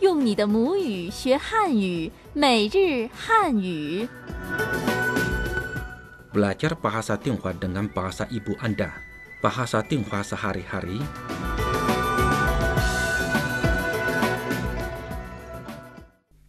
用你的母语学汉语，每日汉语。 Belajar bahasa Tionghoa dengan bahasa ibu Anda. Bahasa Tionghoa sehari-hari.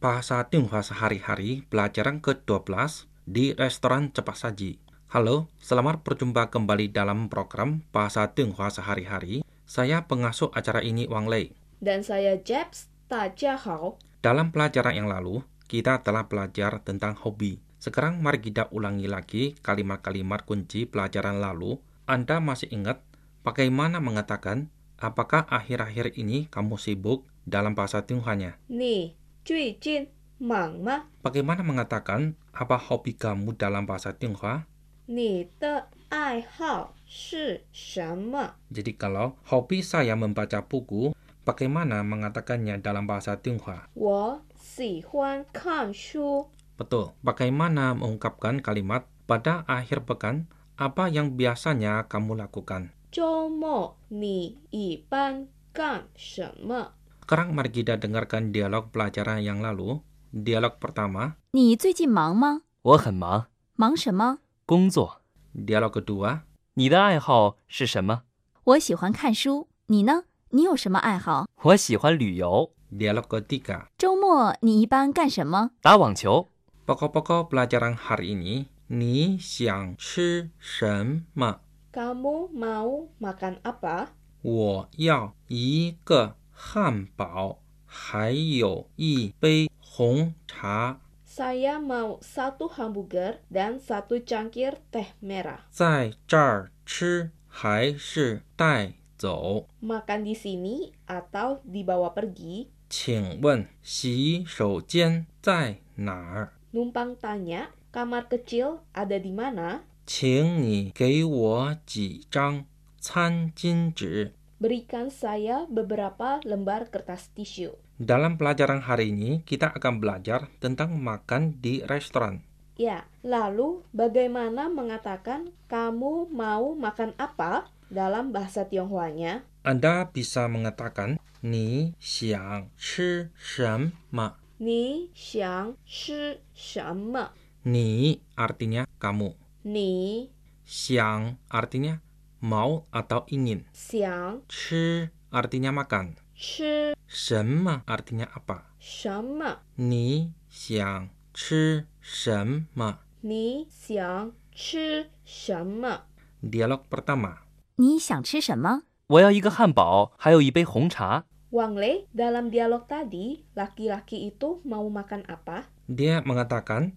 Bahasa Tionghoa sehari-hari pelajaran ke-12 di restoran cepat saji. Halo, selamat berjumpa kembali dalam program Bahasa Tionghoa sehari-hari. Saya pengasuh acara ini Wang Lei. Dan saya Jeps, 大家好。 Dalam pelajaran yang lalu, kita telah belajar tentang hobi. Sekarang mari kita ulangi lagi kalimat-kalimat kunci pelajaran lalu. Anda masih ingat bagaimana mengatakan apakah akhir-akhir ini kamu sibuk dalam bahasa Tionghoa-nya? 你最近忙吗？ Bagaimana mengatakan apa hobi kamu dalam bahasa Tionghoa? 你的爱好是什么？ Jadi kalau hobi saya membaca buku, bagaimana mengatakannya dalam bahasa Tionghoa? 我喜欢看书。 Betul. Bagaimana mengungkapkan kalimat pada akhir pekan apa yang biasanya kamu lakukan? 周末你一般干什么？ Sekarang mari kita dengarkan dialog pelajaran yang lalu. Dialog pertama, 你最近忙吗？我很忙，忙什么？工作。 dialog kedua, 你的爱好是什么？我喜欢看书。你呢？你有什么爱好？我喜欢旅游， dialog ketiga. 周末你一般干什么？打网球。 Pokok-pokok pelajaran hari ini, ni xiang shi shen ma. Kamu mau makan apa? 我要一个汉堡，还有一杯红茶。 Saya mau satu hamburger dan satu cangkir teh merah. 在这儿吃还是带走？ Makan di sini atau dibawa pergi? 请问洗手间在哪儿？ Numpang tanya, kamar kecil ada di mana? 请你给我几张餐巾纸。 Berikan saya beberapa lembar kertas tisu. Dalam pelajaran hari ini, kita akan belajar tentang makan di restoran. Ya, lalu bagaimana mengatakan kamu mau makan apa dalam bahasa Tionghoa-nya? Anda bisa mengatakan, "Ni xiang chi shen ma." Ni xiang shi shenme? Ni artinya kamu. Ni Xiang artinya mau atau ingin. xiang Chi artinya makan. shi Shenma artinya apa. shenme? Ni xiang chi shenma. Ni xiang shi shenme? Dialog pertama. 你想吃什么？我要一个汉堡，还有一杯红茶。 Wang Lei, dalam dialog tadi, laki-laki itu mau makan apa? Dia mengatakan,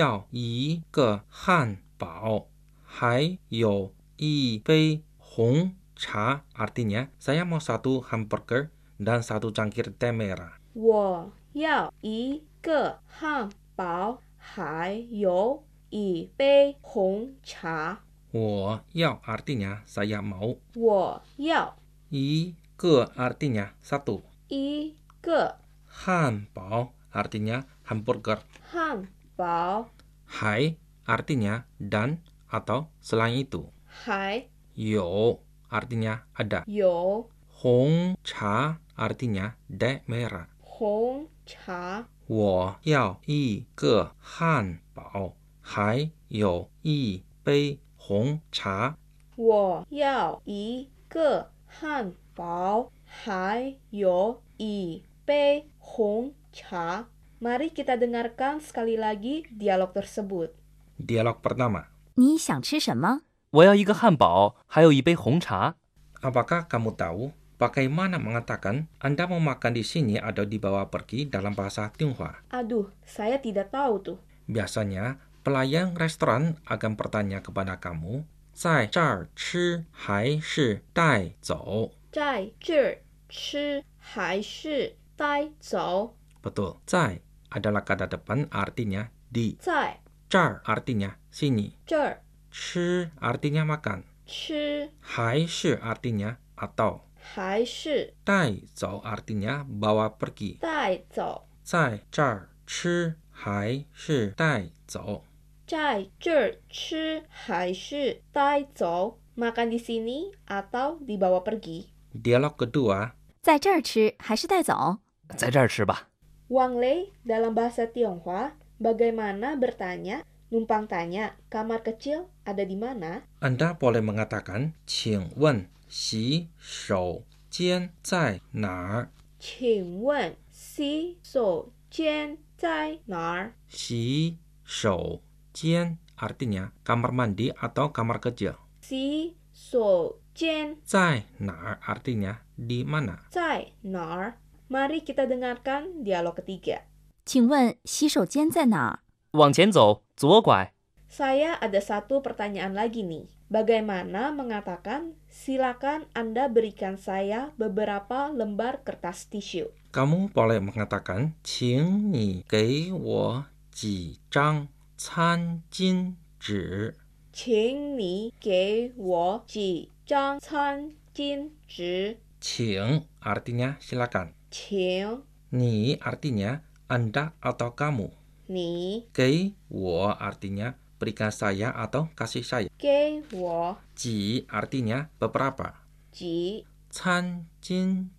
我要一个汉堡，还有一杯红茶. Artinya, saya mau satu hamburger dan satu cangkir teh merah. 我要一个汉堡，还有一杯红茶。我要 artinya saya mau. 我要 I ke artinya satu. 一个 Hanbao artinya hamburger. 汉堡， Hai artinya dan atau selain itu. 还 Yo artinya ada. 有 Hong cha artinya teh merah. 红茶。我要一个汉堡，还有一杯红茶。我要一个汉堡，还有一杯红茶。Mari kita dengarkan sekali lagi dialog tersebut. Dialog pertama. 你想吃什么？我要一个汉堡，还有一杯红茶。 Apakah kamu tahu bagaimana mengatakan Anda mau makan di sini atau dibawa pergi dalam bahasa Tionghoa? Aduh, saya tidak tahu tuh. Biasanya, pelayan restoran akan bertanya kepada kamu, "Zai zhar chi hai shi dai zou?" 在这儿吃还是带走？ Betul. Zai adalah kata depan artinya di. 在 Zhar artinya sini. 这儿 Chi artinya makan. 吃 Hai shi artinya atau. 还是 Dai zou artinya bawa pergi. 带走？在这儿吃还是带走？在这儿吃还是带走？Makan di sini atau dibawa pergi? Dialog kedua, 在这儿吃还是带走？在这儿吃吧。 Wang Lei dalam bahasa Tionghoa bagaimana bertanya, numpang tanya, kamar kecil ada di mana? Anda boleh mengatakan, 请问洗手间在哪儿？ Qing wen si so jian zai nar. 洗手间 artinya kamar mandi atau kamar kecil. Si so jian Zai nar artinya di mana. zai nar. Mari kita dengarkan dialog ketiga. 请问洗手间在哪儿？往前走，左拐。 Saya ada satu pertanyaan lagi nih. Bagaimana mengatakan silakan Anda berikan saya beberapa lembar kertas tisu? Kamu boleh mengatakan, 请你给我几张餐巾纸。请你给我几张餐巾纸，请 artinya silakan. 请 Ni artinya Anda atau kamu. 你 Kei wo artinya berikan saya atau kasih saya. 给我 Ji artinya beberapa. 几 Can jin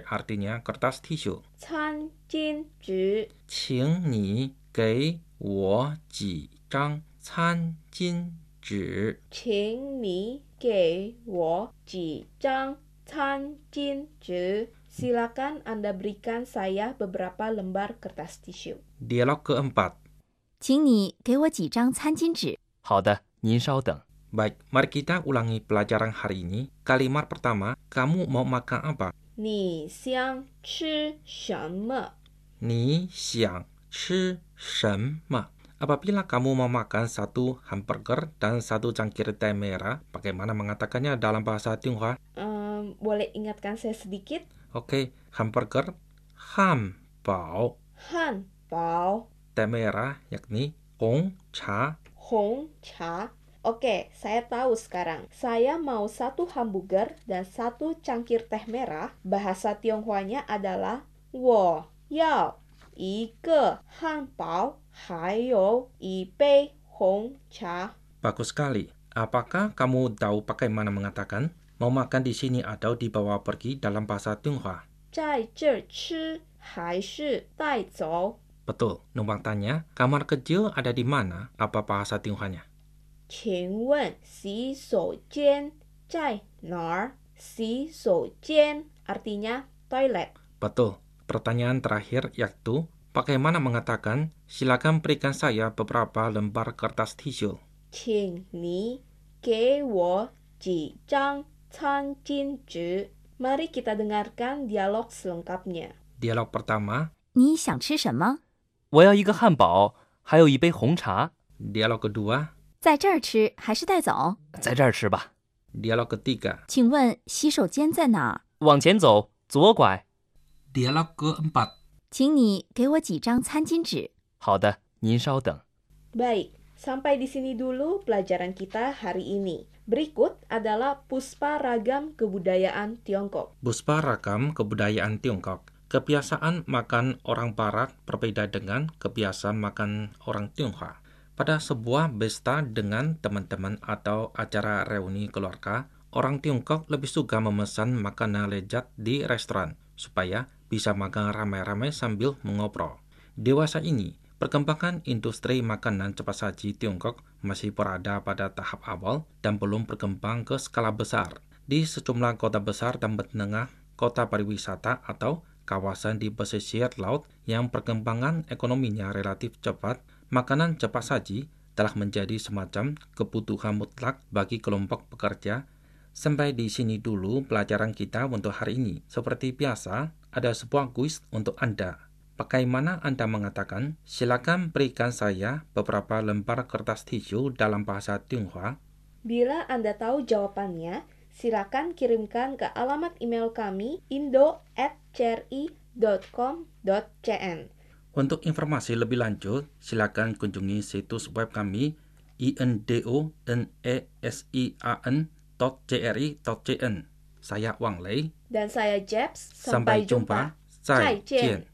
artinya kertas tisu. 餐巾纸， Qing ni gei wo ji zhang can jin 请你给我几张餐巾纸。Silakan Anda berikan saya beberapa lembar kertas tisu. Dialog keempat. 请你给我几张餐巾纸。好的，您稍等。 Baik, mari kita ulangi pelajaran hari ini. Kalimat pertama, kamu mau makan apa? 你想吃什么？你想吃什么 Apabila kamu mau makan satu hamburger dan satu cangkir teh merah, bagaimana mengatakannya dalam bahasa Tionghoa? Em, boleh ingatkan saya sedikit? Oke, hamburger, ham bao, Han Bao teh merah yakni gong cha. Hong Cha. Oke, saya tahu sekarang. Saya mau satu hamburger dan satu cangkir teh merah. Bahasa Tionghoanya adalah Wo Yao Ike Han Bao Hai You I Bei Hong Cha. Bagus sekali. Apakah kamu tahu bagaimana mengatakan mau makan di sini atau dibawa pergi dalam bahasa Tionghoa? 在这吃还是带走？ Betul. Numpang tanya, kamar kecil ada di mana? Apa bahasa Tionghoanya? 请问洗手间在哪儿？洗手间 artinya toilet。 Betul. Pertanyaan terakhir yaitu, bagaimana mengatakan silakan berikan saya beberapa lembar kertas tisu? 请你给我几张餐巾纸。Mari kita dengarkan dialog selengkapnya. Dialog pertama, 你想吃什么？我要一个汉堡，还有一杯红茶， dialog kedua, 在这儿吃还是带走？在这儿吃吧。 dialog ketiga, 请问洗手间在哪儿？往前走，左拐。 dialog keempat. 请你给我几张餐巾纸。好的，您稍等。 Baik, sampai di sini dulu pelajaran kita hari ini. Berikut adalah Puspa Ragam Kebudayaan Tiongkok. Buspa Ragam Kebudayaan Tiongkok. Kebiasaan makan orang Barat berbeda dengan kebiasaan makan orang Tionghoa. Pada sebuah pesta dengan teman-teman atau acara reuni keluarga, orang Tiongkok lebih suka memesan makanan lezat di restoran supaya bisa makan ramai-ramai sambil mengobrol. Dewasa ini, perkembangan industri makanan cepat saji Tiongkok masih berada pada tahap awal dan belum berkembang ke skala besar di sejumlah kota besar dan menengah, kota pariwisata atau kawasan di pesisir laut yang perkembangan ekonominya relatif cepat, makanan cepat saji telah menjadi semacam kebutuhan mutlak bagi kelompok pekerja. Sampai di sini dulu pelajaran kita untuk hari ini. Seperti biasa, ada sebuah kuis untuk Anda. Bagaimana Anda mengatakan, silakan berikan saya beberapa lembar kertas tisu dalam bahasa Tionghoa Bila Anda tahu jawabannya, silakan kirimkan ke alamat email kami indo@cri.com.cn. Untuk informasi lebih lanjut, silakan kunjungi situs web kami E indoneasian.cri.cn. Saya Wang Lei. Dan saya Jeps, Sampai jumpa. 再见。